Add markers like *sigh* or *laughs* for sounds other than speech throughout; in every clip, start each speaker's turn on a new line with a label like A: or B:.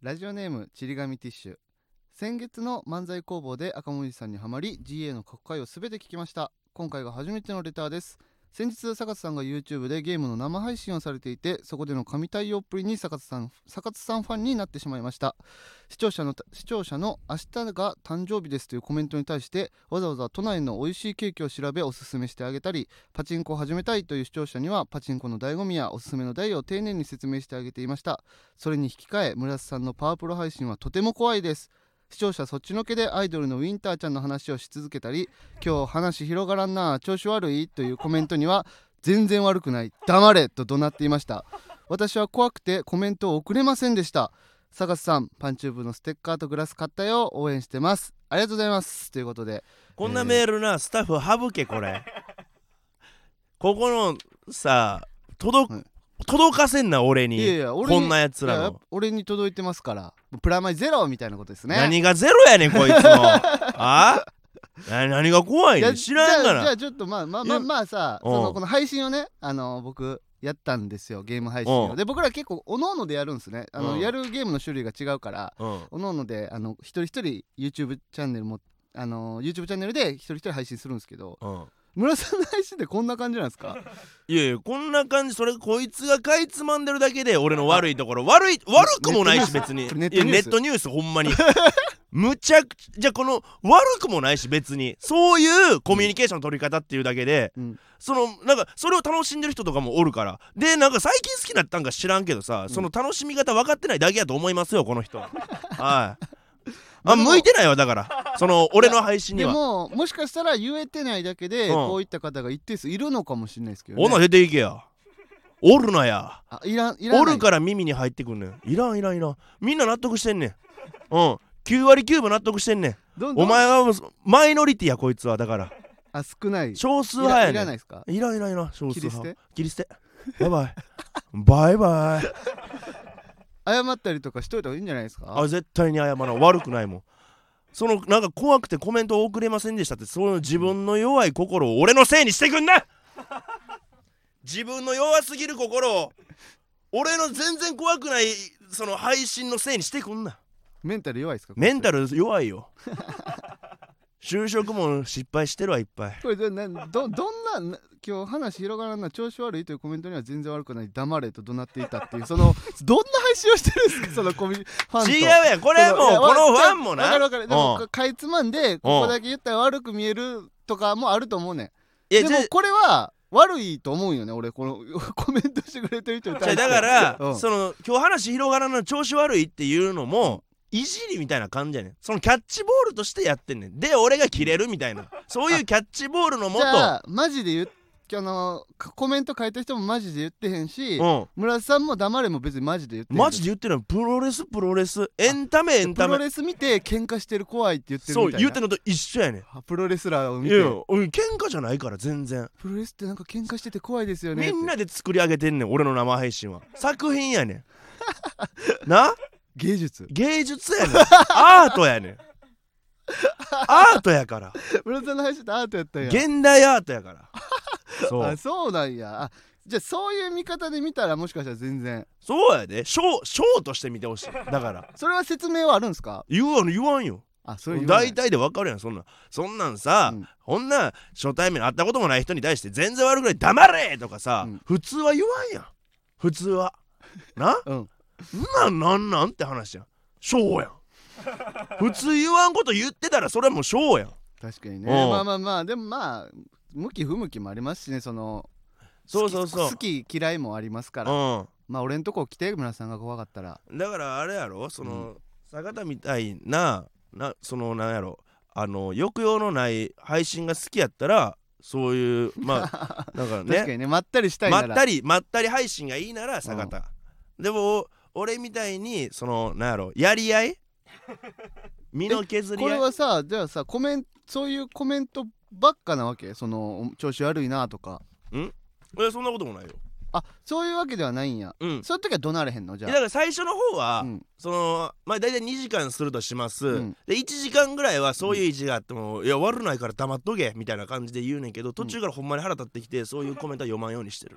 A: ラジオネームちりがみティッシュ先月の漫才工房で赤森さんにはまり GA の各回をすべて聞きました今回が初めてのレターです先日坂田さんが YouTube でゲームの生配信をされていてそこでの神対応っぷりに坂田さん坂田さんファンになってしまいました視聴者の視聴者の明日が誕生日ですというコメントに対してわざわざ都内の美味しいケーキを調べおすすめしてあげたりパチンコを始めたいという視聴者にはパチンコの醍醐味やおすすめの台を丁寧に説明してあげていましたそれに引き換え村瀬さんのパワープロ配信はとても怖いです視聴者そっちのけでアイドルのウィンターちゃんの話をし続けたり今日話広がらんな調子悪いというコメントには全然悪くない黙れと怒鳴っていました私は怖くてコメントを送れませんでした坂瀬さんパンチューブのステッカーとグラス買ったよ応援してますありがとうございますということで
B: こんなメールな、スタッフ省け
A: *laughs*
B: これここのさ届,、
A: はい
B: 届かせんな俺に
A: いやいや俺に
B: こんなやつら
A: い
B: の
A: や俺に届いてますからプラマイゼロみたいなことですね
B: 何がゼロやねんこいつの
A: *laughs*
B: あな何が怖い
A: いや
B: ねん知らんが
A: じゃ
B: な
A: あじゃあちょっとまあまあまあ
B: いや
A: まあさ
B: うん
A: そのこの配信をねあの僕やったんですよゲーム配信
B: う
A: を
B: ん
A: で僕ら結構おのおのでやるんですねあの、
B: うん
A: やるゲームの種類が違うから
B: うん
A: おのおのであの一人一人 YouTube チャンネルもあの YouTube チャンネルで一人一人配信するんですけど
B: うん
A: 村さんの配信ってこんな感じなんです
B: *laughs*
A: か
B: いやいやこんな感じそれこいつがかいつまんでるだけで俺の悪いところ悪い悪くもないし別にいや
A: ネ
B: ネ
A: ットニュース
B: ットニュースほんまにむちゃくちゃじゃあこの悪くもないし別にそういうコミュニケーションの取り方っていうだけで、
A: うん
B: そのなんかそれを楽しんでる人とかもおるからでなんか最近好きになったんか知らんけどさ、その楽しみ方分かってないだけやと思いますよこの人
A: *laughs*
B: はいあ向いてないわだからその俺の配信に
A: で
B: は
A: ももしかしたら言えてないだけで、
B: うん
A: こういった方が一定数いるのかもしれないですけど、ね、
B: おな出ていけやおるなや
A: あいらんいらない
B: おるから耳に入ってくんねんいらんいらんいらんみんな納得してんねんうん9割9分納得してんねん
A: どんどん
B: お前はもうマイノリティやこいつはだから
A: あ少ない
B: 少
A: い
B: 数
A: ら
B: 派や
A: いらない
B: ねん
A: ですか
B: いらんいらんいらん少数派切り捨てバイバ *laughs* イバイバイ
A: 謝ったりとかしといた方がいいんじゃないですか
B: あ絶対に謝らん悪くないもんそのなんか怖くてコメントを送れませんでしたってその自分の弱い心を俺のせいにしてく
A: *laughs*
B: んな自分の弱すぎる心を俺の全然怖くないその配信のせいにしてくんな
A: メンタル弱いですか
B: メンタ
A: ル
B: ル弱いよ就職も失敗してるわいっぱい
A: これどなどどんなな今日話広がらんな調子悪いというコメントには全然悪くない黙れと怒鳴っていたっていうそ
B: *laughs*
A: のどんな配信をしてるんですかそのコミファンと
B: 違うやんこれはもう
A: そ
B: こ
A: いや
B: の
A: わ
B: ファンもな
A: わかるわかるで
B: う
A: も
B: ん
A: かいつまんでここだけ言ったら悪く見えるとかもあると思うねん
B: いや
A: で
B: じゃ
A: もこれは悪いと思うよね俺この *laughs* コメントしてくれてる人に
B: じゃ
A: 対して
B: だから、
A: うん
B: その今日話広がらんの調子悪いっていうのもいじりみたいな感じやねんそのキャッチボールとしてやってんねんで俺が切れるみたいなそういうキャッチボールのも
A: じゃ
B: と
A: あマジで言っあのコメント書いた人もマジで言ってへんし、
B: うん
A: 村田さんも黙れも別にマジで言ってる
B: マジで言ってるのプロレスプロレスエンタメエンタ
A: プロ
B: メ
A: レス見て喧嘩してる怖いって言ってる
B: そ
A: み
B: う
A: たいな
B: 言ってんのと一緒やねん
A: あプロレスラーを見
B: い
A: て
B: やいや俺喧嘩じゃないから全然
A: プロレスってなんか喧嘩してて怖いですよねって
B: みんなで作り上げてんねん俺の生配
A: *laughs*
B: 信は作品やねんな
A: 芸術
B: 芸術やねんアートやねんアートやから
A: 村田さんの配信ってアートやったんや
B: 現代アート
A: *laughs*
B: やからそう
A: あそうなんやあじゃあそういう見方で見たらもしかしたら全然
B: そうやでショーショーとして見てほしいだから
A: それは説明はあるんですか
B: 言わん言わんよ
A: あそれ言わない
B: 大体でわかるやんそんなんそんなんさ、
A: うん
B: こんな初対面で会ったこともない人に対して全然悪くない黙れとかさ、
A: うん
B: 普通は言わんやん普通はな
A: *laughs* うん
B: なんなんなんって話やんショーやん普通言わんこと言ってたらそれはもうショーやん
A: 確かに
B: う
A: ね
B: ん
A: まあまあまあでもまあ向き不向きもありますしねその
B: そうそうそう
A: 好き好き嫌いもありますから
B: う
A: まあ俺んとこ来て村田さんが怖かったら
B: んだからあれやろその、
A: う
B: 坂田みたいななそのなんやろあの抑揚のない配信が好きやったらそういうまあ
A: *laughs*
B: だか
A: 確
B: ら
A: か
B: ね
A: にねまったりしたい
B: ま
A: な
B: った
A: ら
B: りまったり配信がいいなら坂田、でも俺みたいにそのなんやろやり
A: *laughs*
B: 合い身の削り
A: これ
B: 合い
A: はさじゃあさコメンそういうコメントばっかなわけその調子悪いなとか
B: えそんなこともないよ
A: あそういうわけではないんや
B: うん
A: そういう時は怒鳴れへんのじ
B: い
A: ゃ
B: や
A: あ
B: だから最初の方は、
A: うん
B: そのまあ大体2時間するとします、
A: うん
B: で1時間ぐらいはそういう意地があっても、いや悪ないから黙っとけみたいな感じで言うねんけど途中からほんまに腹立ってきてそういうコメントは読まんようにしてる、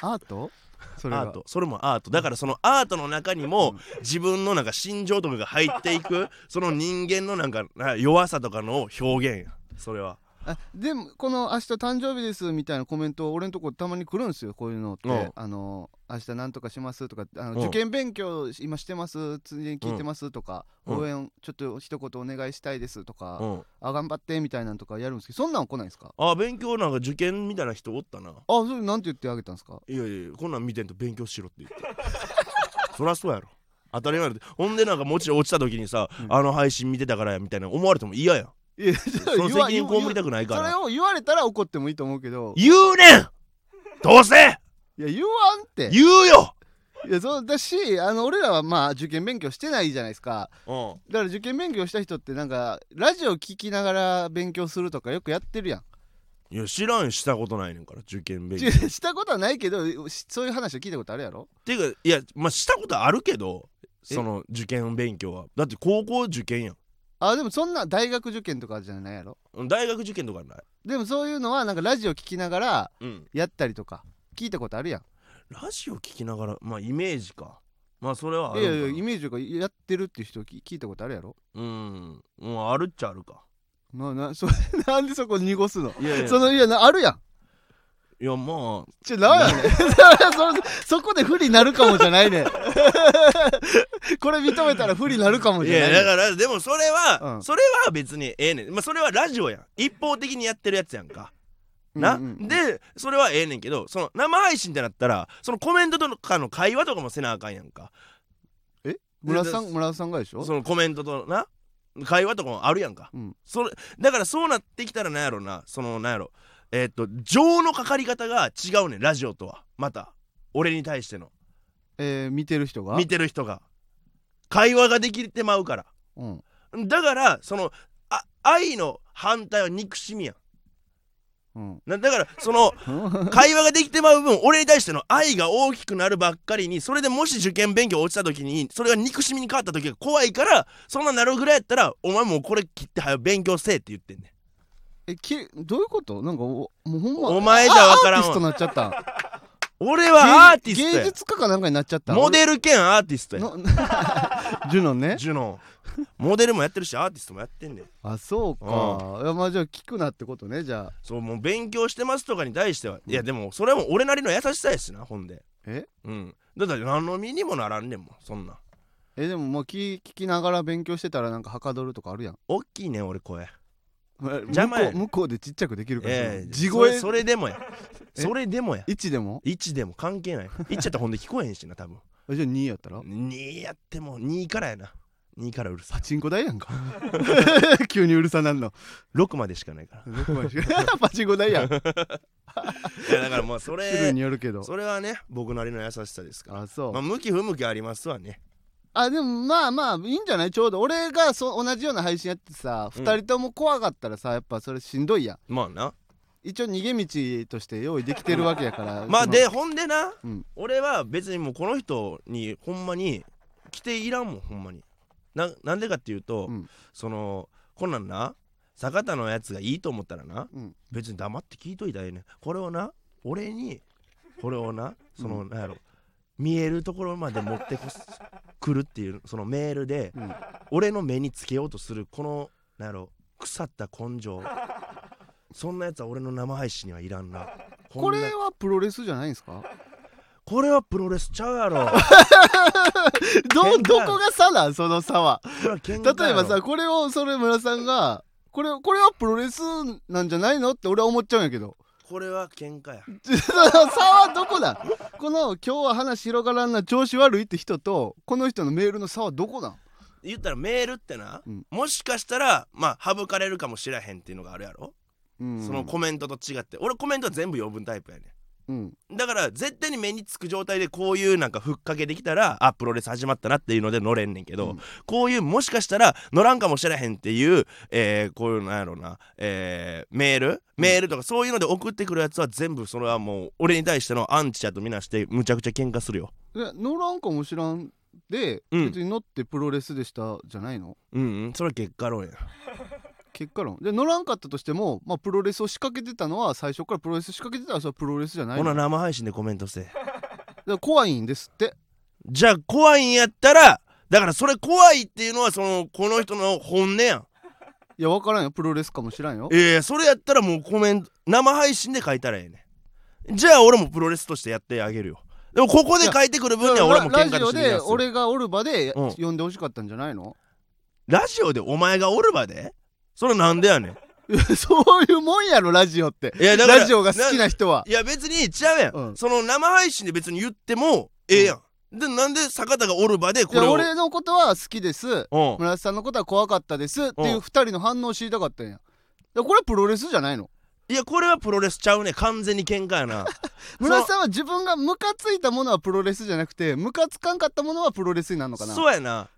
A: アートそれ
B: ア
A: が
B: ートそれもアートだからそのアートの中にも自分のなんか心情とかが入って
A: *laughs*
B: いくその人間のなんかな弱さとかの表現やそれは
A: あでもこの「明日誕生日です」みたいなコメント俺のとこたまに来るんですよこういうのって「
B: うん
A: あの明日なんとかします」とかあの
B: うん
A: 受験勉強今してますついでに聞いてます」とか、
B: うん
A: 応援ちょっと一言お願いしたいです」とか、
B: うん
A: あ頑張って」みたいなのとかやるんですけどそんなんは来ないですか
B: あ勉強なんか受験みたいな人おったな
A: あそれなんて言ってあげたんですか
B: いやいやこんなん見てんと勉強しろって言って
A: *laughs*
B: そりゃそうやろ当たり前だってほんでなんかもちろん落ちた時にさ、
A: うん
B: あの配信見てたからやみたいな思われても嫌やん
A: いや
B: その責任被りたくないか
A: それ
B: ら
A: を言われたら怒ってもいいと思うけど
B: 言うねんどうせ
A: いや言わんって
B: 言うよ、
A: いやそうだしあの俺らはまあ受験勉強してないじゃないですか
B: うん、
A: だから受験勉強した人ってなんかラジオ聞きながら勉強するとかよくやってるやん
B: いや知らんしたことないねんから受験勉強
A: 違うしたことはないけどしそういう話は聞いたことあるやろ
B: ていうかいやまあしたことあるけど
A: え
B: その受験勉強はだって高校受験やん
A: あでもそんな大学受験とかじゃないやろ
B: うん大学受験とかない、
A: でもそういうのはなんかラジオ聞きながら
B: うん、
A: やったりとか聞いたことあるやん
B: ラジオ聞きながらまあイメージかまあそれはあ
A: い
B: るん
A: や
B: か
A: い
B: な
A: やイメージというかやってるっていう人聞聞いたことあるやろ
B: うん、うん、あるっちゃあるか
A: ななそなんでそこ濁すの
B: いやいや
A: そのいやなあるやん
B: いやまあ
A: ちょなんやねん *laughs* そのそこで不利なるかもじゃないねん *laughs* これ認めたら不利なるかも
B: い
A: じゃな
B: や
A: い
B: だ
A: ねん
B: からでもそれは、
A: うん
B: それは別にええねん、まあ、それはラジオやん一方的にやってるやつやんかな、
A: うんうん
B: でそれはええねんけどその生配信ってなったらそのコメントとかの会話とかもせなあかんやんか
A: 村田さ
B: で
A: ん村田さんがでしょ
B: そのコメントとな会話とかもあるやんか、
A: うん
B: それだからそうなってきたらなんやろなそのなんやろえーっと情のかかり方が違うねんラジオとはまた俺に対しての
A: えー見てる人が
B: 見てる人が会話ができてまうから
A: うん
B: だからそのあ愛の反対は憎しみやん
A: うん *laughs*
B: なだからその会話ができてまう分俺に対しての愛が大きくなるばっかりにそれでもし受験勉強落ちた時にそれが憎しみに変わった時が怖いからそんななるぐらいやったらお前もうこれ切って早く勉強せえって言ってんねん
A: えきどういうことなんかおもうほんま
B: お前じゃわからん
A: アーティストに
B: わ
A: なっちゃった
B: 俺はアーティス
A: 芸芸
B: ト
A: 術家かなんかになっちゃった
B: やモデ
A: ル
B: ル兼アーティ
A: *laughs*
B: ストや
A: のジュノンね
B: ジュノンモデルもやってるしアーティストもやってんねん
A: あそうかいやまあじゃあ聞くなってことねじゃあ
B: そうもう勉強してますとかに対してはいやでもそれも俺なりの優しさやしなほんで
A: え
B: うんだって何の身にもならんねんもんそんなん
A: えでももう聞聞きながら勉強してたらなんかはかどるとかあるやん
B: おっきいねん俺声
A: 向
B: 邪魔
A: こ
B: や
A: う向こうでちっちゃくできるから、
B: ええ
A: 地
B: それ
A: 声
B: それでもや
A: え
B: それでもや
A: 1でも
B: 1でも関係ない1やったらほんで聞こえへんしな多分
A: あじゃあ2やったら
B: 2やっても2からやな2からうるさ
A: パ
B: い
A: チンコ台やんか *laughs* 急にうるさなんの
B: 6までしかないから
A: *laughs* パチンコ台やん
B: *laughs* いやだから *laughs* まあそ
A: 種類
B: れ
A: によるけど
B: それはね僕なりの優しさですから
A: あそう、
B: まあ向き不向きありますわね
A: あでもまあまあいいんじゃないちょうど俺がそ同じような配信やってさ、
B: うん
A: 二2人とも怖かったらさやっぱそれしんどいやん
B: まあな
A: 一応逃げ道として用意できてるわけやから
B: まあ
A: その
B: でほんでな、
A: うん
B: 俺は別にもうこの人にほんまに来ていらんもんほんまにななんでかっていうと、
A: うん
B: そのこんなんな坂田のやつがいいと思ったらな、
A: うん
B: 別に黙って聞いといたらええねんこれをな俺にこれをなその、
A: う
B: なんやろ見えるところまで持ってこす来るっていうそのメールで、
A: うん
B: 俺の目につけようとするこのなんやろ腐った根性そんなやつは俺の生配信にはいらんな
A: これ
B: んな
A: はプロレスじゃないんす
B: *laughs*
A: か
B: これはプロレスちゃうやろこ
A: ど
B: 喧嘩
A: どこが差なんその差は
B: れは喧嘩
A: *laughs* 例
B: や
A: え
B: ろ
A: ばさこれをそれ村さんがこれこれはプロレスなんじゃないのって俺は思っちゃうんやけ
B: *laughs*
A: ど
B: これは喧嘩や
A: その差はどこだこの今日は話広がらんな調子悪いって人とこの人のメールの差はどこなん
B: 言ったらメールってな、
A: うん
B: もしかしたらまあ省かれるかもしれへんっていうのがあるやろ、
A: うん
B: そのコメントと違って俺コメントは全部余分タイプやね
A: うん
B: んだから絶対に目につく状態でこういうなんかふっかけできたらあプロレス始まったなっていうので乗れんねんけど、
A: うん
B: こういうもしかしたら乗らんかもしれへんっていう、えーこういうなんやろな、えーメールメールとかそういうので送ってくるやつは全部それはもう俺に対してのアンチやとみなしてむちゃくちゃ喧嘩するよ
A: え乗らんかもしらんで、
B: うん
A: 別に乗ってプロレスでしたじゃないの
B: うん、うん、それは結果論や
A: 結果論で乗らんかったとしても、まあ、プロレスを仕掛けてたのは最初からプロレス仕掛けてたらそれはプロレスじゃない
B: ほな
A: の
B: 生配信でコメントせえ
A: ら怖いんですって
B: じゃあ怖いんやったらだからそれ怖いっていうのはそのこの人の本音やん
A: いや分からんよプロレスかもしらんよ
B: ええそれやったらもうコメント生配信で書いたらええねんじゃあ俺もプロレスとしてやってあげるよでもここで書いてくる分には俺も
A: ラ
B: 喧
A: ジ
B: 嘩
A: オ
B: してる
A: で
B: やつ
A: 俺がおる場で
B: うん
A: 呼んでほしかったんじゃないの、 *laughs*
B: ラジオでお前がおる場でそれなんで
A: *laughs*
B: やねん
A: いやそういうもんやろラジオって
B: いやだから
A: ラジオが好きな人はい
B: や別にちゃうやん、
A: うん
B: その生配信で別に言ってもええやん、でなんで坂田がおる場でこ
A: い
B: れ
A: や
B: を
A: 俺のことは好きです
B: うん
A: 村瀬さんのことは怖かったですっていううん2人の反応を知りたかったんやだからこれはプロレスじゃないの
B: いやこれはプロレスちゃうね完全に喧嘩やな
A: 村瀬さんは自分がムカついたものはプロレスじゃなくてムカつかんかったものはプロレスになるのかな
B: そうやな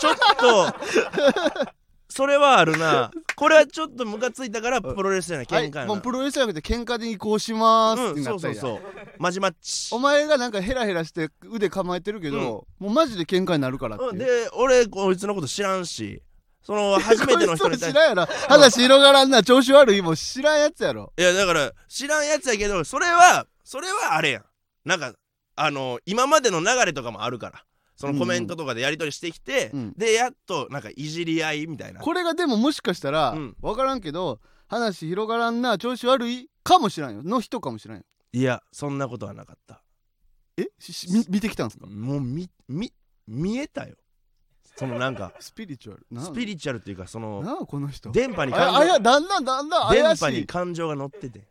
B: ちょっとそれはあるなこれはちょっとムカついたからプロレスじゃない
A: は
B: 喧
A: い
B: 嘩やな、
A: もうプロレスじゃなくて喧嘩で移行しまーすっ
B: う
A: て
B: ん
A: な
B: そう
A: った
B: そ
A: ん
B: う
A: や
B: そうマジマッチ
A: お前がなんかヘラヘラして腕構えてるけど、
B: うん
A: もうマジで喧嘩になるからっていう、
B: うんで俺こいつのこと知らんしその初めての人
A: こい
B: に
A: つら知
B: 対して
A: らんやろ話広がらんな調子悪いもん知らんやつやろ
B: いやだから知らんやつやけどそれはそれはあれやんなんかあの今までの流れとかもあるからそのコメントとかでやり取りしてきて、
A: うん
B: でやっとなんかいじり合いみたいな
A: これがでももしかしたら、わ
B: うん
A: 分からんけど話広がらんな調子悪いかもしらんよの人かもしらんよ
B: いやそんなことはなかった
A: えししみ見てきたんですか
B: もうみみ見えたよそのなんか
A: スピリチュアルな
B: スピリチュアルっていうかその
A: なあこの人
B: 電波に
A: あやあ
B: 感
A: や
B: 情
A: だんだんだんだん
B: 電
A: 怪し
B: 波に
A: い
B: 感情が乗ってて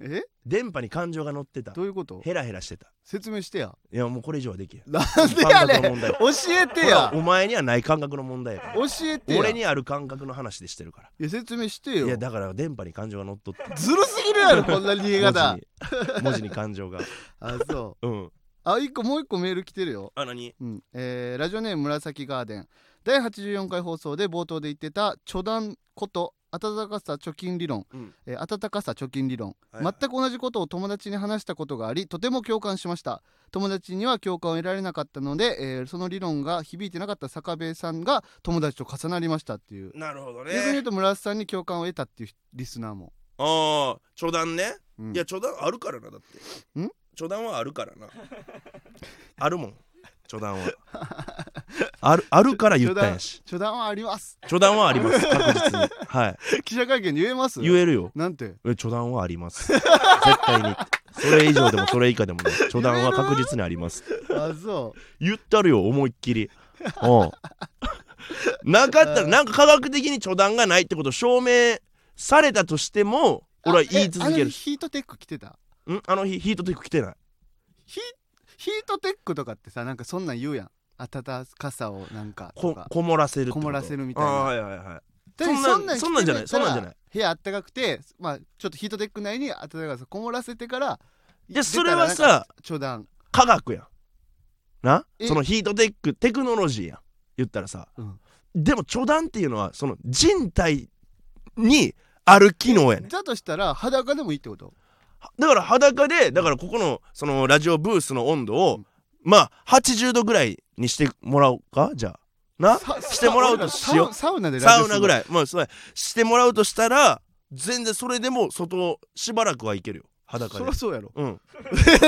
A: え
B: 電波に感情が乗ってた
A: どういうこと
B: ヘラヘラしてた
A: 説明してや
B: いやもうこれ以上はできへん
A: なんでや
B: 感覚の
A: ねん
B: 問題
A: 教えてや
B: これはお前にはない感覚の問題やから
A: 教えてや
B: 俺にある感覚の話でしてるから
A: いや説明してよ
B: いやだから電波に感情が乗っとって
A: ずるすぎるやろこんな逃げ方
B: 文字に文字に感情が
A: あそう
B: うん
A: あ一個もう一個メール来てるよ
B: あ何
A: うんえーラジオネーム紫ガーデン第84回放送で冒頭で言ってた「貯断こと温かさ貯金理論」
B: うん
A: えー温かさ貯金理論」
B: はいはい
A: 全く同じことを友達に話したことがありとても共感しました友達には共感を得られなかったので、えーその理論が響いてなかった坂部さんが友達と重なりましたっていう、
B: なるほど
A: 逆に言う
B: ね
A: と村瀬さんに共感を得たっていうリスナーも、
B: ああ初段ね
A: うん
B: いや初段あるからなだって
A: ん
B: 初段はあるからなあるもん初段はあるあるから言ったんやし
A: 貯断はあります
B: 初段はあります確実にはい
A: 記者会見で言えます
B: 言えるよ
A: なんて
B: え初段はあります絶対にそれ以上でもそれ以下でもない初段は確実にあります
A: あそう
B: 言ったるよ思いっきりうんなかったらなんか科学的に貯断がないってことを証明されたとしても俺は言い続
A: あえ
B: け
A: あの
B: る
A: ヒートテック着てた
B: んあの日ヒートテック来てない
A: ヒヒートテックとかってさなんかそんなん言うやん暖かさをなんかと
B: こ
A: か
B: こもらせるってこと
A: こもらせるみたいな
B: あーはいはいはい
A: だって
B: そん
A: 着
B: なん
A: て
B: そんなんじゃない
A: たら
B: そんなんじゃない
A: 部屋あったかくてまあちょっとヒートテック内に暖かさこもらせてから
B: いやそれはさ
A: 出たらなんか
B: 科学やんな
A: え
B: そのヒートテックテクノロジーやん言ったらさ、
A: うん
B: でも貯断っていうのはその人体にある機能
A: 貯
B: やねん
A: 断だとしたら裸でもいいってこと
B: だから裸でだからここのそのラジオブースの温度を、
A: うん
B: まあ80度ぐらいにしてもらおうかじゃあな
A: さ
B: してもらうとしよう
A: サウサウナで
B: サウナぐ
A: い
B: らいまあそうやしてもらうとしたら全然それでも外しばらくはいけるよ裸
A: そ
B: で
A: りゃそうやろ *laughs*
B: うん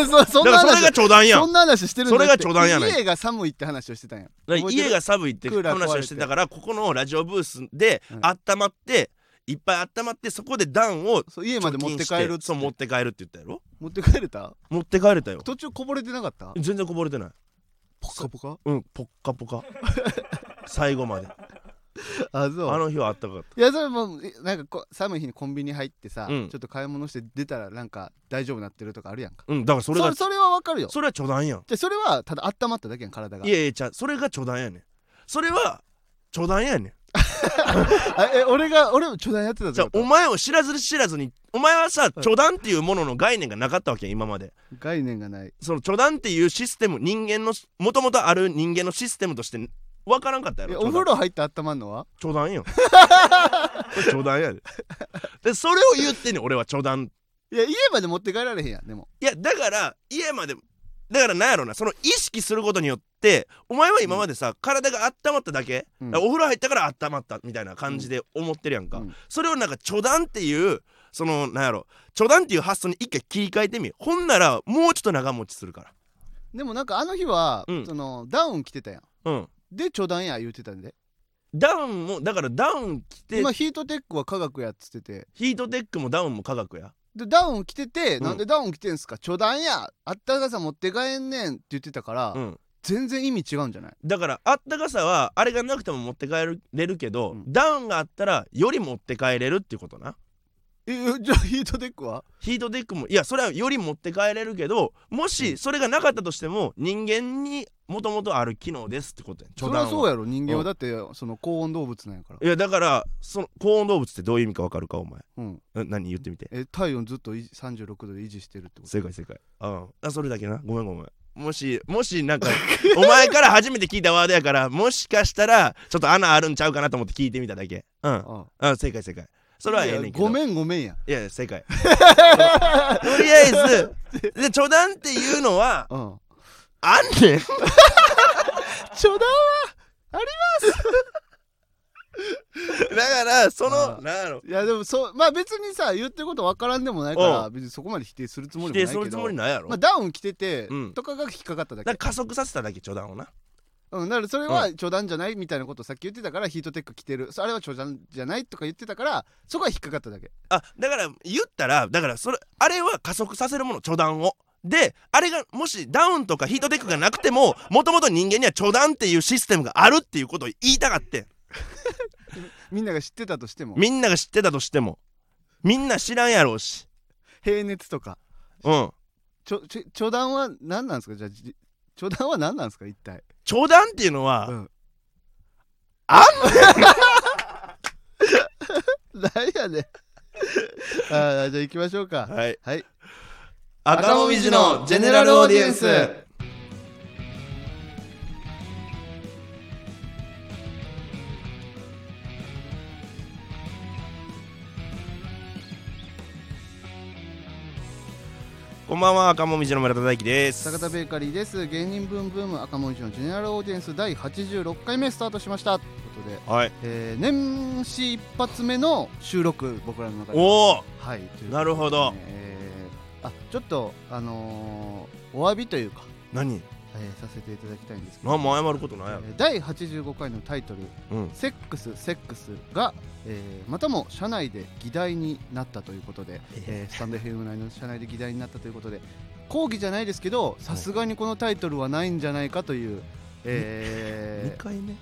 A: そそ
B: だ
A: ん
B: か
A: な話
B: らそれが貯断やん
A: そんな話してるんだ
B: それが貯断やない
A: 家が寒いって話をしてたんや
B: だから
A: 覚えてる
B: 家が寒いって
A: クーラー壊れて
B: 話をしてたからここのラジオブースで
A: うん
B: 温まって、いっぱい温まってそこで暖を
A: そう家まで持って帰るっつって
B: そう持って帰るって言ったやろ
A: 持って帰れた
B: 持って帰れたよ
A: 途中こぼれてなかった
B: 全然こぼれてない
A: ポカポカ
B: うんポッカ
A: *laughs*
B: ポカ最後まで
A: あそう
B: あの日はあったかかった
A: いやそれもうえなんかこう寒い日にコンビニ入ってさ、
B: うん
A: ちょっと買い物して出たらなんか大丈夫なってるとかあるやんか
B: うんだからそ
A: そ
B: れ
A: れ
B: が
A: それはわかるよ
B: それは貯断やん
A: じゃそれはただ温まっただけやん体が
B: いやいやちゃうそれが貯断やねんそれは貯断やね
A: あえ俺が俺も巨大やってた
B: んじゃ
A: ぞ
B: あお前を知らず知らずにお前はさ貯断っていうものの概念がなかったわけや今まで
A: 概念がない
B: その貯断っていうシステム人間のもともとある人間のシステムとして分からんかったや
A: え
B: ろ
A: お風呂入って温まんのは
B: 貯
A: *laughs*
B: 断やんこれ貯断やででそれを言ってんねん俺は貯断
A: いや家まで持って帰られへんやんでも
B: いやだから家までだからなんやろなその意識することによってお前は今までさ、体が温まっただけ、
A: うん
B: だからお風呂入ったから温まったみたいな感じで思ってるやんか、
A: うん
B: それをなんか貯断っていうそのなんやろ貯断っていう発想に一回切り替えてみほんならもうちょっと長持ちするから
A: でもなんかあの日は、
B: うん
A: そのダウン着てたやん
B: うん
A: でちょだんや言うてたんで
B: ダウンもだからダウン着て
A: 今ヒートテックは科学やっつってて
B: ヒートテックもダウンも科学や
A: でダウン着てて、
B: うん
A: なんでダウン着てんすかちょだんやあったかさ持って帰んねんって言ってたから、
B: うん
A: 全然意味違うんじゃない
B: だからあったかさはあれがなくても持って帰れるけど、
A: うん
B: ダウンがあったらより持って帰れるっていうことな
A: ええじゃあヒートテックは
B: ヒートテックもいやそれはより持って帰れるけども
A: うん
B: しそれがなかったとしても人間にもともとある機能ですってことやん
A: そりゃそう
B: や
A: やろ人間
B: う
A: は
B: ん
A: だってその高温動物なんやから
B: いやだからその高温動物ってどういう意味かわかるかお前
A: うん
B: な何言ってみて
A: え体温ずっとい36度で維持してるってこと
B: 正解正解うんあそれだけなごめんごめんもしもしなんか *laughs* お前から初めて聞いたワードやからもしかしたらちょっと穴あるんちゃうかなと思って聞いてみただけうん
A: ああ
B: うん正解正解それはええねんけど
A: いやごめんごめんや
B: いやいや正解とりあえず
A: *laughs*
B: で初段っていうのは
A: うん
B: あんねん
A: 初段
B: だからそ
A: あ
B: のなんやろ
A: いやでもそうまあ別にさ言ってることわからんでもないか
B: う
A: ら別にそこまで否定するつもり
B: 否
A: もないけ
B: 定す
A: ど
B: るつもりないやろ、
A: まあ、ダウン着てて
B: うん
A: とかが引っかかっただけ、
B: だから加速させただけ初段をな
A: うん、だからそれは初段じゃないみたいなことをさっき言ってたからヒートテック着てるそあれは初段じゃないとか言ってたからそこは引っかかっただけ
B: あだから言ったらだからそれあれは加速させるもの初段をであれがもしダウンとかヒートテックがなくてももともと人間には初段っていうシステムがあるっていうことを言いたかってん
A: みんなが知ってたとしても
B: みんなが知ってたとしてもみんな知らんやろうし
A: 平熱とか
B: うん
A: ちょちょ初段は何なんですかじゃあじ初段は何なんですか一
B: *laughs*
A: 体
B: 初段っていうのは、
A: うんん
B: あ
A: なんやねん *laughs* あーじゃあ行きましょうか
B: はい
A: はい
B: 赤もみじのジェネラルオーディエンスこんばんは赤もみじの村田大樹です
A: 坂田ベーカリーです芸人ブームブーム赤文字のジェネラルオーディエンス第86回目スタートしましたということで、
B: はい
A: えー年始一発目の収録僕らの中で
B: おお
A: はいということでね
B: なるほど
A: えーあちょっとあのーお詫びというか、
B: 何
A: えーさせていただきたいんですけど
B: 何も謝ることないやろ
A: えー第85回のタイトル
B: う
A: 「
B: ん
A: セックスセックスが」えーまたも社内で議題になったということで、えースタンド FM 内の社内で議題になったということで抗議じゃないですけどさすがにこのタイトルはないんじゃないかという、
B: 二
A: え
B: 回目
A: ー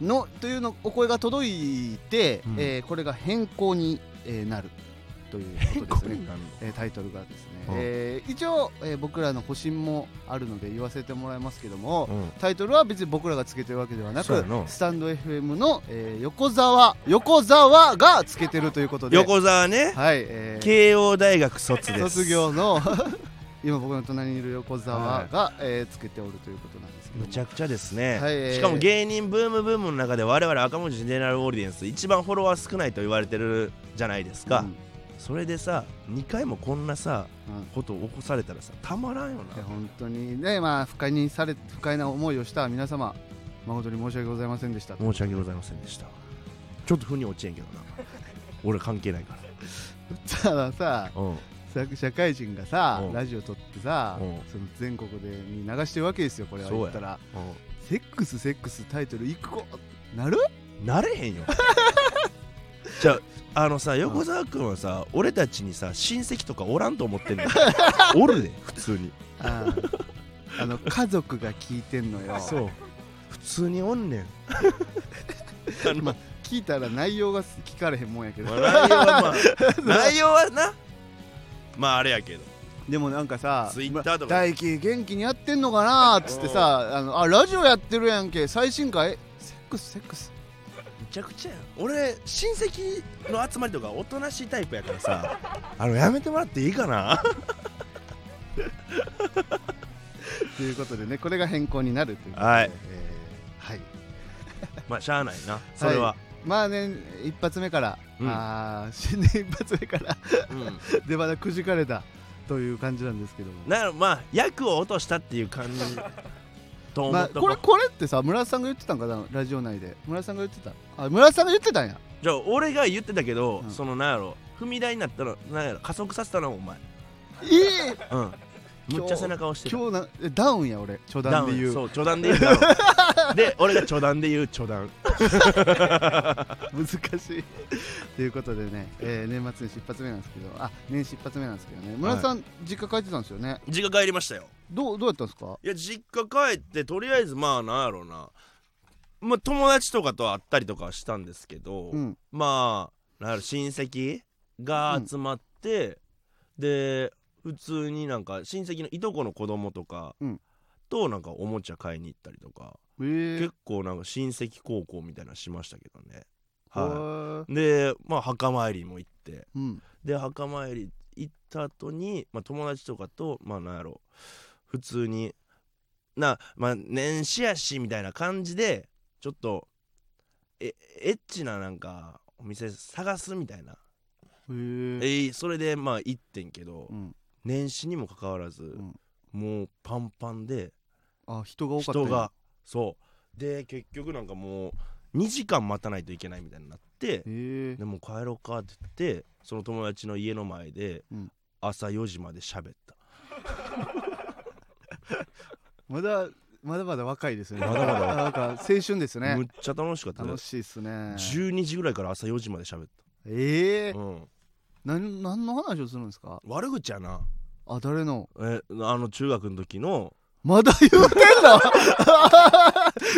A: のというのお声が届いて、
B: うん
A: えーこれが変更に、えーなるということですね。えータイトルがですね、
B: うん
A: えー一応、えー僕らの保身もあるので言わせてもらいますけども、
B: うん
A: タイトルは別に僕らがつけてるわけではな
B: そう
A: く
B: やな
A: スタンド FM の、えー横澤横澤がつけてるということで
B: 横澤ね
A: はい、えー
B: 慶応大学卒です
A: 卒業
B: *laughs*
A: の *laughs* 今僕の隣にいる横澤が、えーつけておるということなんですけど
B: む
A: も
B: ちゃくちゃですね、
A: はいえー
B: しかも芸人ブームブームの中で我々赤文字ジェネラルオーディエンス一番フォロワー少ないと言われてるじゃないですか、
A: うん
B: それでさ2回もこんなさ
A: うん
B: ことを起こされたらさたまらんよ
A: いや
B: な
A: 本当にねまあ不快にされ不快な思いをした皆様誠に申し訳ございませんでしたと
B: 申し訳ございませんでしたちょっと腑に落ちへんけどな *laughs* 俺関係ないか
A: たださ
B: らうん
A: さ社会人がさ
B: うん
A: ラジオ撮ってさ
B: うん
A: その全国でに流してるわけですよこれは
B: そう
A: 言
B: や
A: ったらセックスセックスタイトル一個なる
B: なれへんよ *laughs* じゃああのさ横澤君はさ俺たちにさ親戚とかおらんと思
A: *laughs*
B: ってんのおるで普通に
A: あー *laughs* あの家族が聞いてんのよ
B: そう普通におんねんあ
A: *laughs*
B: の
A: ま聞いたら内容が聞かれへんもんやけど
B: まあ、内容 *laughs* はまあ内容はなまああれやけど
A: *laughs* でもなんかさ
B: ツイッターとか
A: ま大輝元気にやってんのかなっつって
B: *laughs*
A: さあのあラジオやってるやんけ最新回セックスセックス
B: めちゃくちゃやん俺親戚の集まりとかおとなしいタイプやからさ *laughs* あのやめてもらっていいかな
A: ということでねこ *laughs* れが変更になるということで
B: はい
A: えーはい
B: *laughs* まあしゃあないなそれは、
A: まあね一発目から、
B: うん
A: あー新年一発目から *laughs*
B: うん
A: 出花くじかれたという感じなんですけども
B: なるまあ役を落としたっていう感じと思
A: まあ、
B: っと
A: こ
B: こ
A: れこれってさ村田さんが言ってたんかなラジオ内で村田さんが言ってたあ村田さんが言ってたんや
B: じゃあ俺が言ってたけど、
A: うん
B: そのなんやろ踏み台になったらなんやろ加速させたなお前
A: いい
B: うんむっちゃ背中押してる
A: 今日なえダウンや俺初段で言う
B: そう序談で言うダウンで俺が序談で言う序談
A: 難しいということでね、えー年末に出発目なんですけどあ年始一発目なんですけどね村田さん、実家帰ってたんですよね
B: 実家帰りましたよ
A: どうどうやったんですか
B: いや実家帰ってとりあえずまあなんやろうなまあ友達とかと会ったりとかはしたんですけど、
A: うん
B: まあなんやろ親戚が集まって、で普通になんか親戚のいとこの子供とか
A: うん
B: となんかおもちゃ買いに行ったりとか、
A: えー
B: 結構なんか親戚高校みたいなのしましたけどね、は、
A: はい
B: でまあ墓参りも行って
A: いうん
B: で墓参り行った後に、まあ、友達とかとまあなんやろ普通になまあ年始やしみたいな感じでちょっとえエッチななんかお店探すみたいな、
A: え
B: え
A: ー
B: ーそれでまあ行ってんけど、
A: うん
B: 年始にもかかわらず、
A: ん
B: もうパンパンで
A: あ人が多かった
B: 人がそうで結局なんかもう2時間待たないといけないみたいになって、
A: えー
B: でもう帰ろうかって言ってその友達の家の前で
A: うん
B: 朝4時まで喋った、
A: まだまだまだ若いですね
B: まだま
A: *laughs*
B: だ
A: なんか青春ですね
B: むっちゃ楽しかったね
A: 楽しいですね
B: 12時ぐらいから朝4時まで喋っ
A: ええ
B: た、うん、
A: なん何の話をするんですか
B: 悪口やな
A: あ誰の
B: えあの中学の時の
A: まだ言うてんの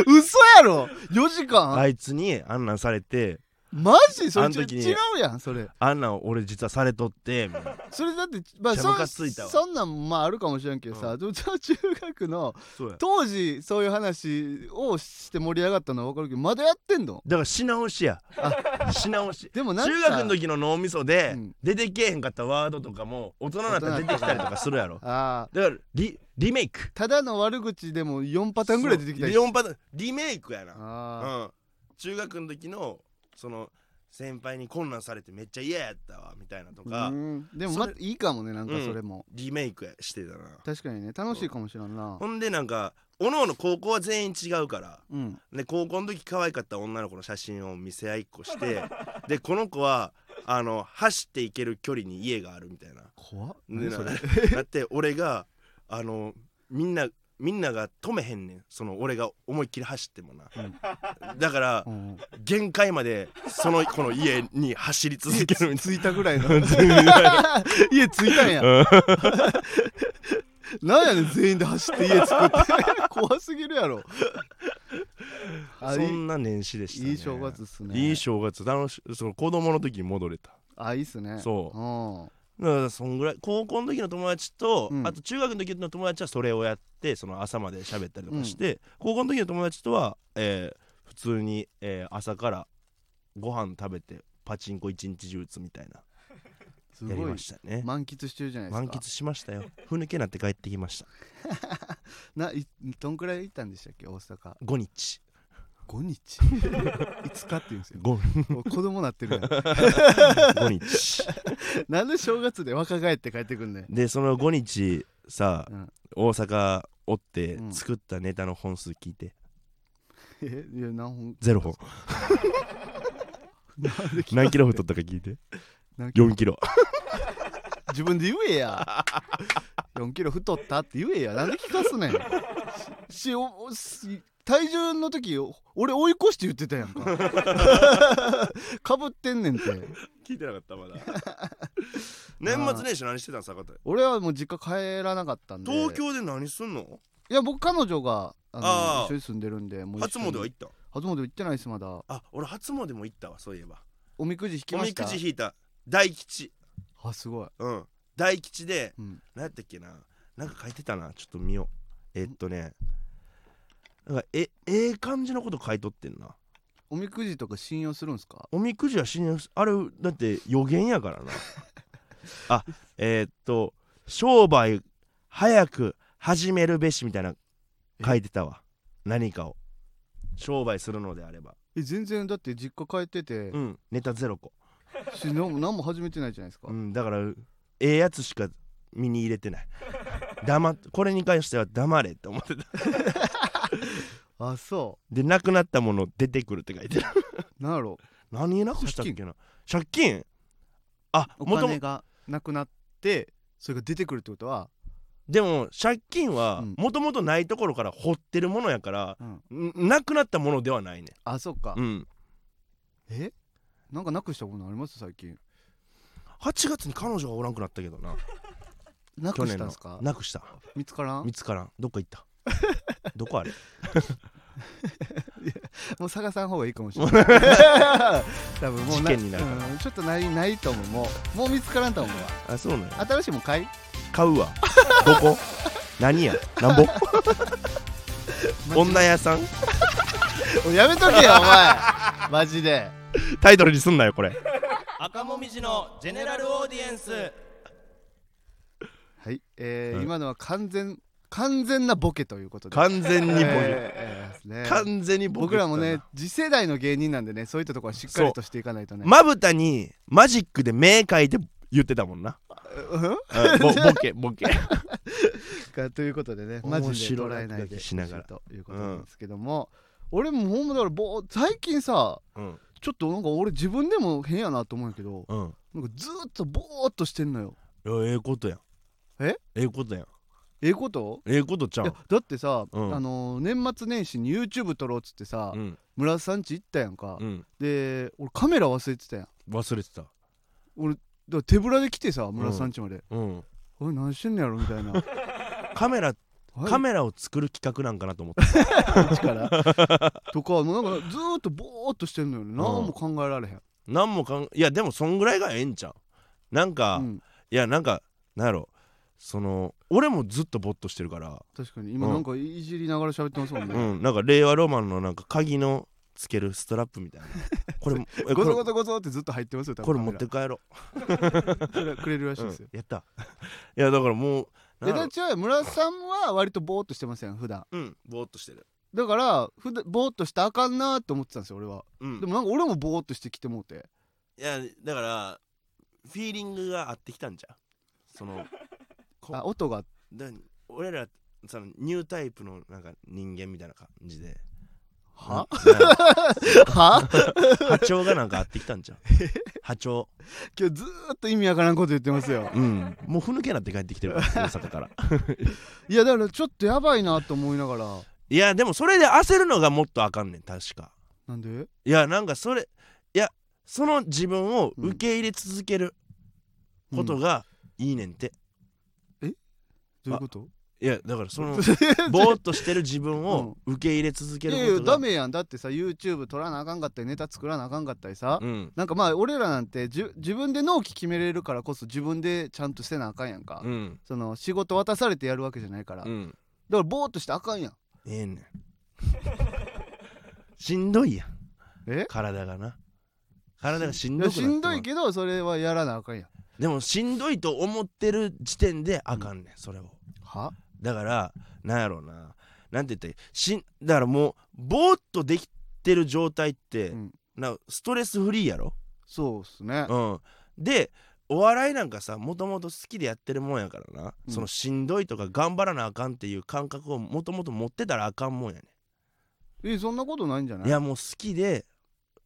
A: *laughs* 嘘やろ4時間、
B: あいつにあんなんされて
A: マジそれ
B: あん
A: ち
B: 時に
A: 違うやんそれ
B: あんなん俺実はされとってみた
A: *laughs*
B: いな
A: それだってまあ
B: めっちゃ
A: そ
B: ムカ
A: ん
B: ついたわ
A: そんなんまああるかもしれんけどさ、でもちょ中学の
B: そうや
A: 当時そういう話をして盛り上がったのは分かるけどまだやってんの
B: だからし直しやし直し
A: でもなんか
B: 中学の時の脳みそで
A: うん
B: 出てけえへんかったワードとかも大人になったら出てきたりとかするやろ
A: あー
B: だからリリメイク
A: ただの悪口でも4パターンぐらい出てきたり
B: そう4パターンリメイクやな
A: あ
B: うん、中学の時のその先輩に困難されてめっちゃ嫌やったわみたいなと
A: あ
B: か、
A: でもまた
B: そ
A: いいかもねなんか
B: うん
A: それも、
B: リメイクやしてたな
A: 確かにね楽しいかもしれんな
B: ほんでなんかおのおの高校は全員違うから
A: うん
B: で高校の時可愛かった女の子の写真を見せ合いっこして
A: *laughs*
B: でこの子はあの走っていける距離に家があるみたいな。
A: 怖っ
B: で
A: 何
B: な
A: それ
B: だって俺があのみんなみんなが止めへんねんその俺が思いっきり走ってもな、だから
A: うん
B: 限界までその子の家に走り続けるみたい
A: 着いたぐらいの
B: な
A: *laughs* 家着いたんや
B: うん
A: *laughs* なんやねん全員で走って家作って *laughs* 怖すぎるやろ *laughs* あ
B: そ
A: いい
B: んな年始でしたね
A: いい正月っすね
B: いい正月楽しその子供の時に戻れた
A: あいいっすね
B: そ
A: うん
B: うだからそんぐらい高校の時の友達と、
A: うん
B: あと中学の時の友達はそれをやってその朝まで喋ったりとかして、高校の時の友達とは、えー普通に、えー朝からご飯食べてパチンコ一日中打つみたいな
A: す
B: やり
A: ごい
B: ましたね
A: 満喫してるじゃないですか
B: 満喫しましたよふぬけなって帰ってきました
A: ないどんくらい行ったんでしたっけ大阪
B: 5日
A: *laughs* 5日
B: *laughs*
A: 5日って言うんですよ
B: 5
A: もう子供なってるやん
B: 日
A: なんで正月で若返って帰ってくんねん
B: でその5日さ、
A: うん
B: 大阪おって
A: うん
B: 作ったネタの本数聞いて、
A: えいや何本
B: ゼロ
A: *laughs*
B: 本
A: なんで聞
B: 何キロ太ったか聞いて
A: 何キ
B: 4キロ
A: 自分で言えや *laughs* 4キロ太ったって言えやなんで聞かす
B: *laughs*
A: ねんししおおし体重の時お俺追い越して言ってたやんか
B: *laughs*
A: かぶってんねんて
B: 聞いてなかっ
A: *laughs*
B: たまだ年末年始何してたん坂田
A: 俺はもう実家帰らなかったんで
B: 東京で何すんの
A: いや僕彼女があの
B: あー
A: 一緒に住んでるんでもう一
B: 初
A: 緒に
B: 詣は行った
A: 初詣行ってないですまだ
B: あ俺初詣も行ったわそういえば
A: おみくじ引き
B: お
A: ま
B: み
A: した
B: くじ引いた大吉
A: あすごい、
B: うん大吉で
A: うん、
B: 何やったっけななんか書いてたなちょっと見ようえっとねなんかえええ感じのこと書いとってんな
A: おみくじとか信用するんすか
B: おみくじは信用しあれだって予言やからな *laughs* あえーっと商売早く始めるべしみたいな書いてたわ何かを商売するのであれば
A: え全然だって実家帰ってて、
B: うんネタゼロ個、
A: し何も何も始めてないじゃないですか、
B: うん、だからええやつしか身に入れてない *laughs* 黙っこれに関しては黙れって思ってた
A: あそ
B: でなくなったもの出てくるって書いてある
A: うなんやろ
B: 何なくしたっけな借金あ
A: お
B: もと
A: 金
B: も
A: がなくなってそれが出てくるってことは
B: でも借金は
A: うん
B: もともとないところから掘ってるものやから、
A: うん
B: んなくなったものではないね
A: あそっか、
B: うん
A: えなんかなくしたことあります最近
B: 8月に彼女がおらんくなったけどな
A: な
B: 去
A: くし
B: 年
A: たん
B: の
A: すか
B: なくした
A: 見つからん
B: 見つからんどっか行った
A: *laughs*
B: どこあれ
A: もう探さん方がいいかもしれ
B: *laughs*
A: ない多分もう
B: 事件になるから
A: うんちょっとないないと思うもうもう見つからんと思うわ
B: あそうね
A: 新しいもん買い
B: 買うわどこ何やな
A: *laughs*
B: んぼ女屋さん
A: おいやめとけ
B: *laughs*
A: よお前マジで
B: タイトルにすんなよこれ
C: 赤もみじのジェネラルオーディエンス
A: はい、えー
B: うん
A: 今のは完全完全なボケということで
B: 完全にボ
A: え
B: ケ、
A: ーえーですね
B: 完全にボケ
A: 僕らもね次世代の芸人なんでねそういったところはしっかりとしていかないとね、
B: まぶたにマジックで目描いて言ってたもんな、
A: うん
B: うんぼボケボケ
A: かということでねマジで
B: 面白い
A: 捉えないで
B: 落書きしながら
A: ほいということなんですけども、俺もほんまだからぼー最近さ
B: うん
A: ちょっとなんか俺自分でも変やなと思うんやけど
B: うん
A: なんかずーっとぼーっとしてんのよ
B: いやええことやん
A: え
B: ええことやん
A: ええこと
B: ええことちゃ
A: いや
B: ん
A: だってさ、
B: うん
A: あのー年末年始に YouTube 撮ろうっつってさ、
B: うん
A: 村田さんち行ったやんか、
B: うん
A: で俺カメラ忘れてたやんだか
B: 忘れてた
A: ら手ぶらで来てさ村田さんちまで
B: うん
A: 「おい何してんねやろ」みたいな
B: カメラ
A: はい
B: *laughs* カメラを作る企画なんかなと
A: *laughs*
B: 思って
A: こっちからとかもうなんかずーっとぼーっとしてんのよね何も考えられへん、
B: 何もかんいやでもそんぐらいがええんちゃうなんか、
A: うん
B: いやなんかなんやろその俺もずっとぼっとしてるから
A: 確かに今
B: うん
A: なんかいじりながら喋ってますもんね、
B: うんなんか令和ロマンのなんか鍵のつけるストラップみ
A: *laughs*
B: たいなこれ *laughs* え
A: ゴ
B: こ
A: ソ
B: れ
A: ゴソゴソってずっと入ってますよ多
B: これ
A: 分
B: 持って帰ろ
A: カメラそれくれるらし
B: う、
A: い
B: うん
A: ですよ、
B: やったいやだからもうなん
A: え
B: やろ
A: だちは村田さんは割とぼーっとしてません普段
B: うんぼーっとしてる
A: だからふだぼーっとしたらあかんなーって思ってたんですよ俺は、
B: うん
A: でもなんか俺もぼーっとしてきてもうて
B: いやだからフィーリングが合ってきたんじゃんそのこ
A: あ音が
B: だ俺らそのニュータイプのなんか人間みたいな感じで
A: は
B: ななんやろ
A: *laughs* は
B: 波長がなんか合ってきた
A: *laughs*
B: んじゃん波長
A: 今日ずーっと意味わからんこと言ってますよ
B: うんもうふぬけなって帰ってきてる
A: *laughs*
B: から大阪から
A: いやだからちょっとやばいなと思いながら
B: いやでもそれで焦るのがもっとあかんねん確か
A: なんで
B: いやなんかそれいやその自分を受け入れ続けること
A: うん
B: がいいねんて、
A: どういうこと
B: いやだから
A: *laughs*
B: そのぼーっとしてる自分を受け入れ続け
A: い
B: るこ
A: やいや
B: とが
A: ダメやんだってさ YouTube 撮らなあかんかったりネタ作らなあかんかったりさ、
B: うん
A: なんかまあ俺らなんてじゅ自分で納期決めれるからこそ自分でちゃんとしてなあかんやんか、
B: うん
A: その仕事渡されてやるわけじゃないから、
B: う
A: だか
B: ん
A: らぼーっとしてあかんやん
B: ええねん *laughs* しんどいやん
A: え
B: 体がな体がしん
A: いや
B: どくなって
A: し
B: まうん
A: どいけどそれはやらなあかんやん
B: でもしんどいと思ってる時点であかんねんそれを
A: は
B: だからなんやろうななんて言ったらいいしんだからもうぼーっとできてる状態って、
A: うん
B: なストレスフリーやろ、
A: そうっすね、
B: うん、でお笑いなんかさもともと好きでやってるもんやからな、
A: うん
B: そのしんどいとか頑張らなあかんっていう感覚をもともと持ってたらあかんもんやね
A: えそんなことないんじゃない
B: いやもう好きで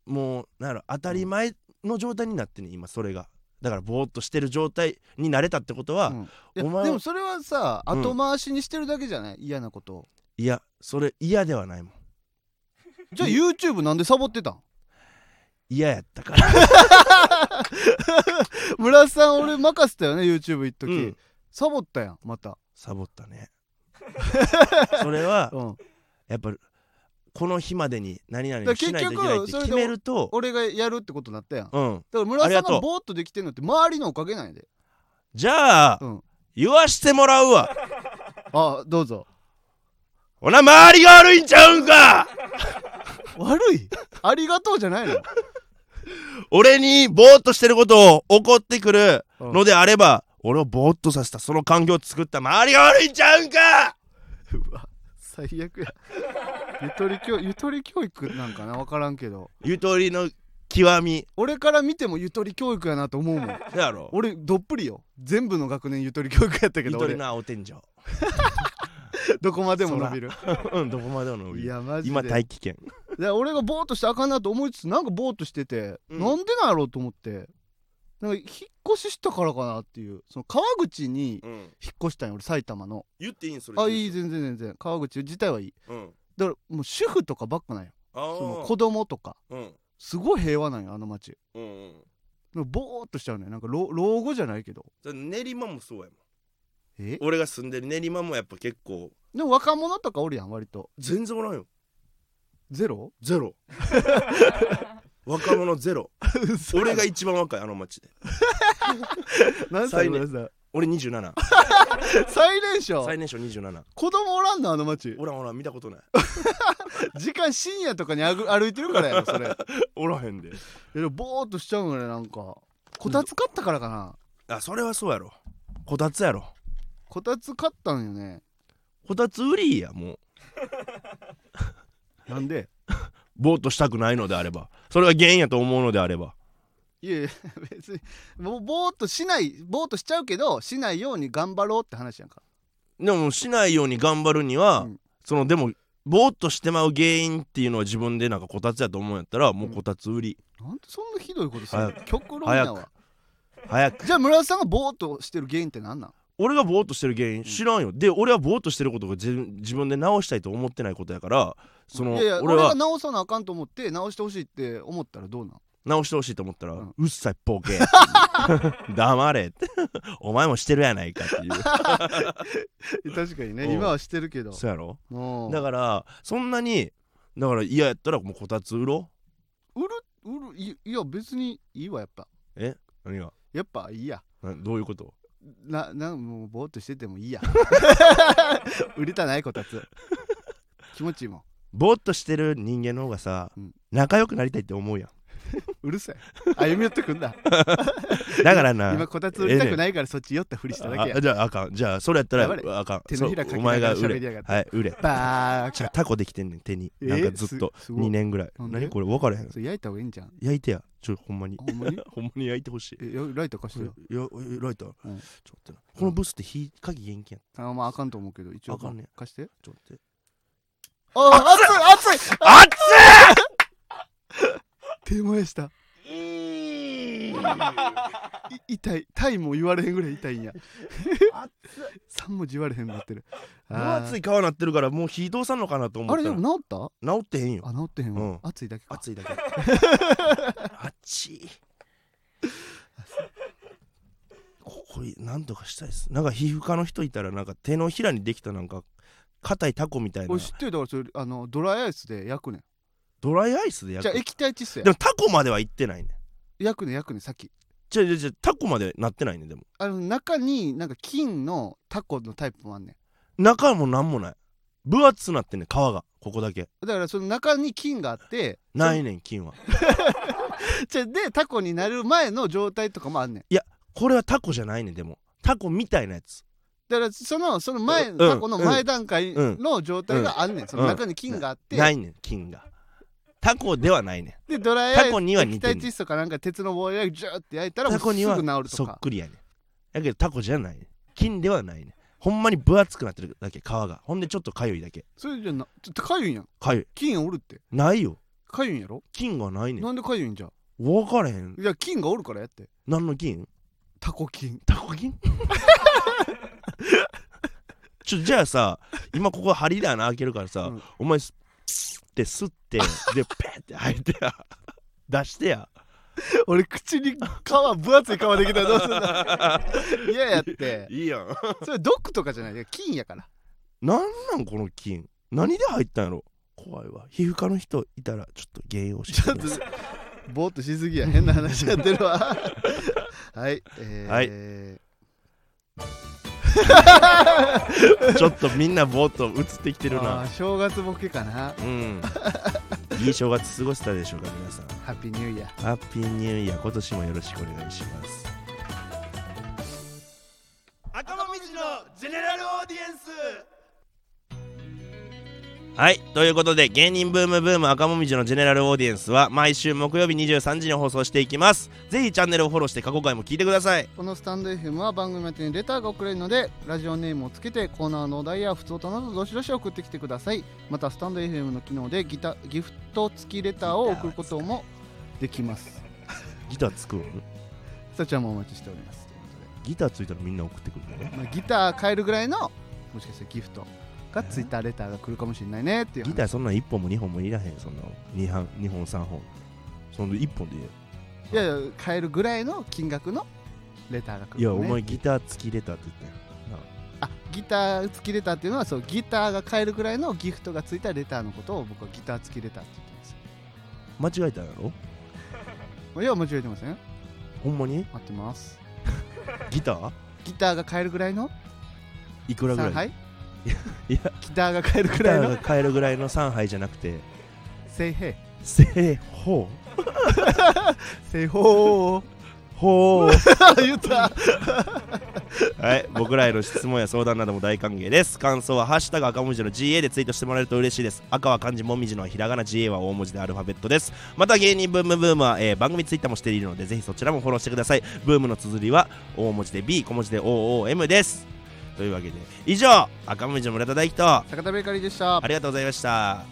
B: もうなんやろ当たり前の状態になってね今それがだからぼーっとしてる状態になれたってことは、
A: うんいや
B: お前は
A: でもそれはさ
B: うん
A: 後回しにしてるだけじゃない、嫌なことを
B: いやそれ嫌ではないもん
A: じゃあ YouTube なんでサボって
B: *laughs*
A: たん
B: 嫌やったから、
A: 村田さん俺任せたよね YouTube 一時、
B: うん
A: サボったやんまた、
B: サボったねそれは
A: うん、
B: やっぱこの日までに何々
A: だ
B: を
A: から
B: しないといけ
A: 結
B: ないっ
A: 局
B: て
A: それで
B: 決めると
A: 俺がやるってことになったやん
B: うん
A: だから村田
B: あり
A: さん
B: が
A: が
B: とう
A: ぼーっとできてんのって周りのおかげなんやで。
B: じゃあ、
A: うん。
B: 言わしてもらうわ
A: あ、どうぞ。
B: ほな周りが悪いんちゃうんか
A: 悪いありがとうじゃない
B: *laughs*
A: の。
B: 俺にぼーっとしてることを怒ってくる
A: うん
B: のであれば、俺をぼーっとさせたその環境を作った周りが悪いんちゃうんか
A: うわ、最悪や。ゆとり教ゆとり教育なんかな分からんけど
B: ゆとりの極み
A: 俺から見てもゆとり教育やなと思うもん
B: そやろ
A: 俺どっぷりよ全部の学年ゆとり教育やったけ
B: ゆ
A: ど
B: とり
A: 俺
B: の青 *laughs* 天井
A: どこまでも伸びる
B: うんどこまでも伸び
A: い
B: る
A: やマジで
B: 今大気圏
A: で俺がぼーっとしてあかんなと思いつつなんかぼーっとしてて、
B: うん
A: なんでなんやろうと思ってなんか引っ越ししたからかなっていうその川口に
B: うん、
A: 引っ越したんよ俺埼玉の
B: 言っていいんそれ
A: あいい全然全然川口自体はいい
B: うん
A: だからもう主婦とかばっかなんよ
B: ああ
A: その子供とか
B: うん
A: すごい平和なんよあの町
B: うんうん
A: ボーっとしちゃうねなんか老老後じゃないけど
B: だから練馬もそうやもん
A: え
B: 俺が住んでる練馬もやっぱ結構
A: でも若者とかおるやん割と
B: 全然おらんよ
A: ゼロ
B: ゼロ若者ゼロ俺が一番若いあの町で
A: 何歳ぐらいさ
B: 俺27
A: 最年少
B: 最年少27
A: 子供おらんのあの町
B: おらんおらん見たことない
A: 時間深夜とかにあぐ *laughs* 歩いてるからやろそれ
B: おらへんで
A: えでもボーっとしちゃうのねなんかこたつ買ったからかな
B: あそれはそうやろこたつやろ
A: こたつ買ったんよね
B: こたつ売りやもう
A: なんで
B: ぼーっとしたくないのであればそれが原因やと思うのであれば
A: いやいや別にぼぼーっとしないぼーっとしちゃうけどしないように頑張ろうって話やんか
B: でもしないように頑張るには、
A: うん
B: そのでもぼーっとしてまう原因っていうのは自分でなんかこたつやと思うんやったらもうこたつ売り、
A: なんでそんなひどいことするの
B: 早
A: 極論や
B: 早
A: わ
B: 早く
A: じゃあ村田さんがぼーっとしてる原因って何なん
B: 俺がぼーっとしてる原因知らんよ、で俺はぼーっとしてることが自自分で直したいと思ってないことやからその
A: いやいや
B: 俺
A: 俺が
B: は
A: 直さなあかんと思って直してほしいって思ったらど
B: *laughs*
A: うなん
B: 直してほしいと思ったら「う
A: うん
B: っさいボ
A: *laughs*
B: ケ」黙れ」って *laughs* お前もしてるやないかっていう
A: *laughs* 確かに
B: うん
A: ね今はしてるけど
B: そうやろ
A: もう
B: だからそんなにだから嫌やったらもうこたつ売ろ
A: 売る売るいいや別にいいわやっぱ
B: う何が
A: やっぱいいや
B: などういうこと
A: ななんもうぼーっとしてても
B: *laughs*
A: いいや売りたないこたつ気持ちいいもん
B: ぼーっとしてる人間の方がさ、
A: うん
B: 仲良くなりたいって思うやん
A: うるせえ歩み寄ってくん
B: *laughs*
A: だ
B: だからな
A: 今こたつ売りたくないからそっち寄ったふりしただけや
B: あじゃああかんじゃあそれやったら
A: 黙れ
B: あかん
A: 手のひらか
B: そう
A: き
B: お
A: な
B: 前
A: が
B: が
A: ら
B: 売
A: 喋
B: れ
A: りやがって
B: はい売れ
A: バー
B: じゃあタコできてんねん手に、
A: え
B: なんかずっと
A: すすごい
B: 2年ぐらい
A: なんで
B: 何これ分からへん
A: それ焼いた方がいいんじゃん
B: 焼いてやちょほんまに
A: ほんまに
B: ほんまに焼いてほしい
A: えよライター貸してよ
B: いやえライター、
A: うん
B: ちょっと待ってなこのブスって火鍵現金やん
A: あまああかんと思うけど一応
B: あかんね
A: 貸して
B: ちょっと待って
A: あ熱い熱い
B: あっ
A: 手前したい痛い痛いも言われへんぐらい痛いんや3文字言われへんなってる
B: もう熱
A: い
B: い川なってるからもう火通さんのかなと思
A: あ
B: っ
A: れ
B: た
A: で
B: ら
A: も治った
B: 治ってへんよ
A: あ治ってへんわ、
B: うん
A: 熱いだけか
B: 熱い
A: *laughs*
B: だけ熱いここなんとかしたいですなんか皮膚科の人いたらなんか手のひらにできたなんか硬いタコみたいな
A: 俺知ってるだからそれあのドライアイスで焼くねん
B: ドライアイスでや
A: じゃあ
B: る
A: 液体窒素
B: で
A: や
B: もタコまでは行ってないね
A: 焼くねん焼くねんさっき
B: じゃじゃじゃタコまでなってないねでも
A: あの中になんか金のタコのタイプもあんね
B: 中もなんもない分厚なってんね皮がここだけ
A: んだからその中に金があって
B: ないねん金は
A: じゃでタコになる前の状態とかもあんねん
B: これはタコじゃないねんでもタコみたいなやつ
A: だからそのその前、
B: うん
A: タコの前段階の状態があんねん、その中に金があって、
B: ないねん金がタコではないねん
A: でドライアイス
B: タコには似
A: 液
B: て
A: 体
B: んねん
A: 窒素かなんか鉄の棒でジューって焼いたらもう
B: タ
A: す
B: コ
A: ぐ
B: に
A: 治
B: は
A: る
B: そ
A: と
B: っ
A: か
B: くりやねんだけどタコじゃないねん金ではないねんほんまに分厚くなってるだけ皮がほんでちょっとかゆいだけ
A: それじゃなちょっとかゆいんやん
B: かゆい
A: 菌おるって
B: ないよ
A: かゆいんやろ
B: 金がないねん
A: なんでかゆいんじゃ
B: 分からへん
A: いや菌がおるからやって
B: 何の金
A: タコ菌
B: タコ金 *laughs* ちょじゃあさ今ここ針で穴開けるからさ、
A: うん
B: お前すって吸ってでペンって吐いてや出して
A: *laughs*
B: や
A: *laughs* 俺口に皮分厚い皮できたらどうすんだ嫌やって
B: いいやん
A: それ毒とかじゃないいや菌やから
B: なんなんこの金何で入ったんやろ怖いわ皮膚科の人いたらちょっと原因教えて
A: ちょっ
B: く
A: と
B: ださい
A: ぼーっとしすぎや変な話やってる
B: *laughs*
A: わはいえー、
B: はいちょっとみんなぼーっと映ってきてる
A: あ
B: な
A: ー正月ボケかな
B: うんいい正月過ごせたでしょうか皆さん
A: ハッピーニューイヤー
B: ハッピーニューイヤー今年もよろしくお願いします
C: 赤もみじのジェネラルオーディエンス
B: はいということで芸人ブームブーム赤もみじのジェネラルオーディエンスは毎週木曜日23時に放送していきますぜひチャンネルをフォローして過去回も聞いてください
A: このスタンド FM は番組宛てにレターが送れるのでラジオネームをつけてコーナーのお題や普通となどどしどし送ってきてくださいまたスタンド FM の機能でギタギフト付きレターを送ることもできます
B: ギター作るん
A: そちらもお待ちしておりますということで
B: ギターついたらみんな送ってくるね
A: まあ、ギター買えるぐらいのもしかしたらギフトがツイッターレターが来るかもしれないねっていう
B: ギターそんなん1本も2本もいらへんそんな2本2本3本その1本でいいよ
A: いやいや買えるぐらいの金額のレターが来る、ね、
B: いやお前ギター付きレターって言ったよ
A: あギター付きレターっていうのはそうギターが買えるぐらいのギフトがついたレターのことを僕はギター付きレターって言ってます
B: な間違えたんやろ
A: いや間違えてません
B: ほんまに
A: 合ってます
B: ギター
A: ギターが買えるぐらいの
B: いくらぐら
A: 3
B: い
A: 杯
B: いや
A: ギターが買えるぐ
B: ギタ
A: らい
B: ー
A: の
B: が買えるぐらいの3杯じゃなくて
A: 正兵
B: 正方
A: 正方
B: ほう *laughs*
A: 言った
B: はい僕らへの質問や相談なども大歓迎です感想は「ハッシュタグ赤文字の GA」でツイートしてもらえると嬉しいです赤は漢字もみじのはひらがな GA は大文字でアルファベットですまた芸人ブームブームは、えー番組ツイッターもしているのでぜひそちらもフォローしてくださいブームの綴りは大文字で B 小文字で OOM ですというわけで以上赤文字の村田大樹とあ
A: 坂田ベーカリーでした
B: りがとうございました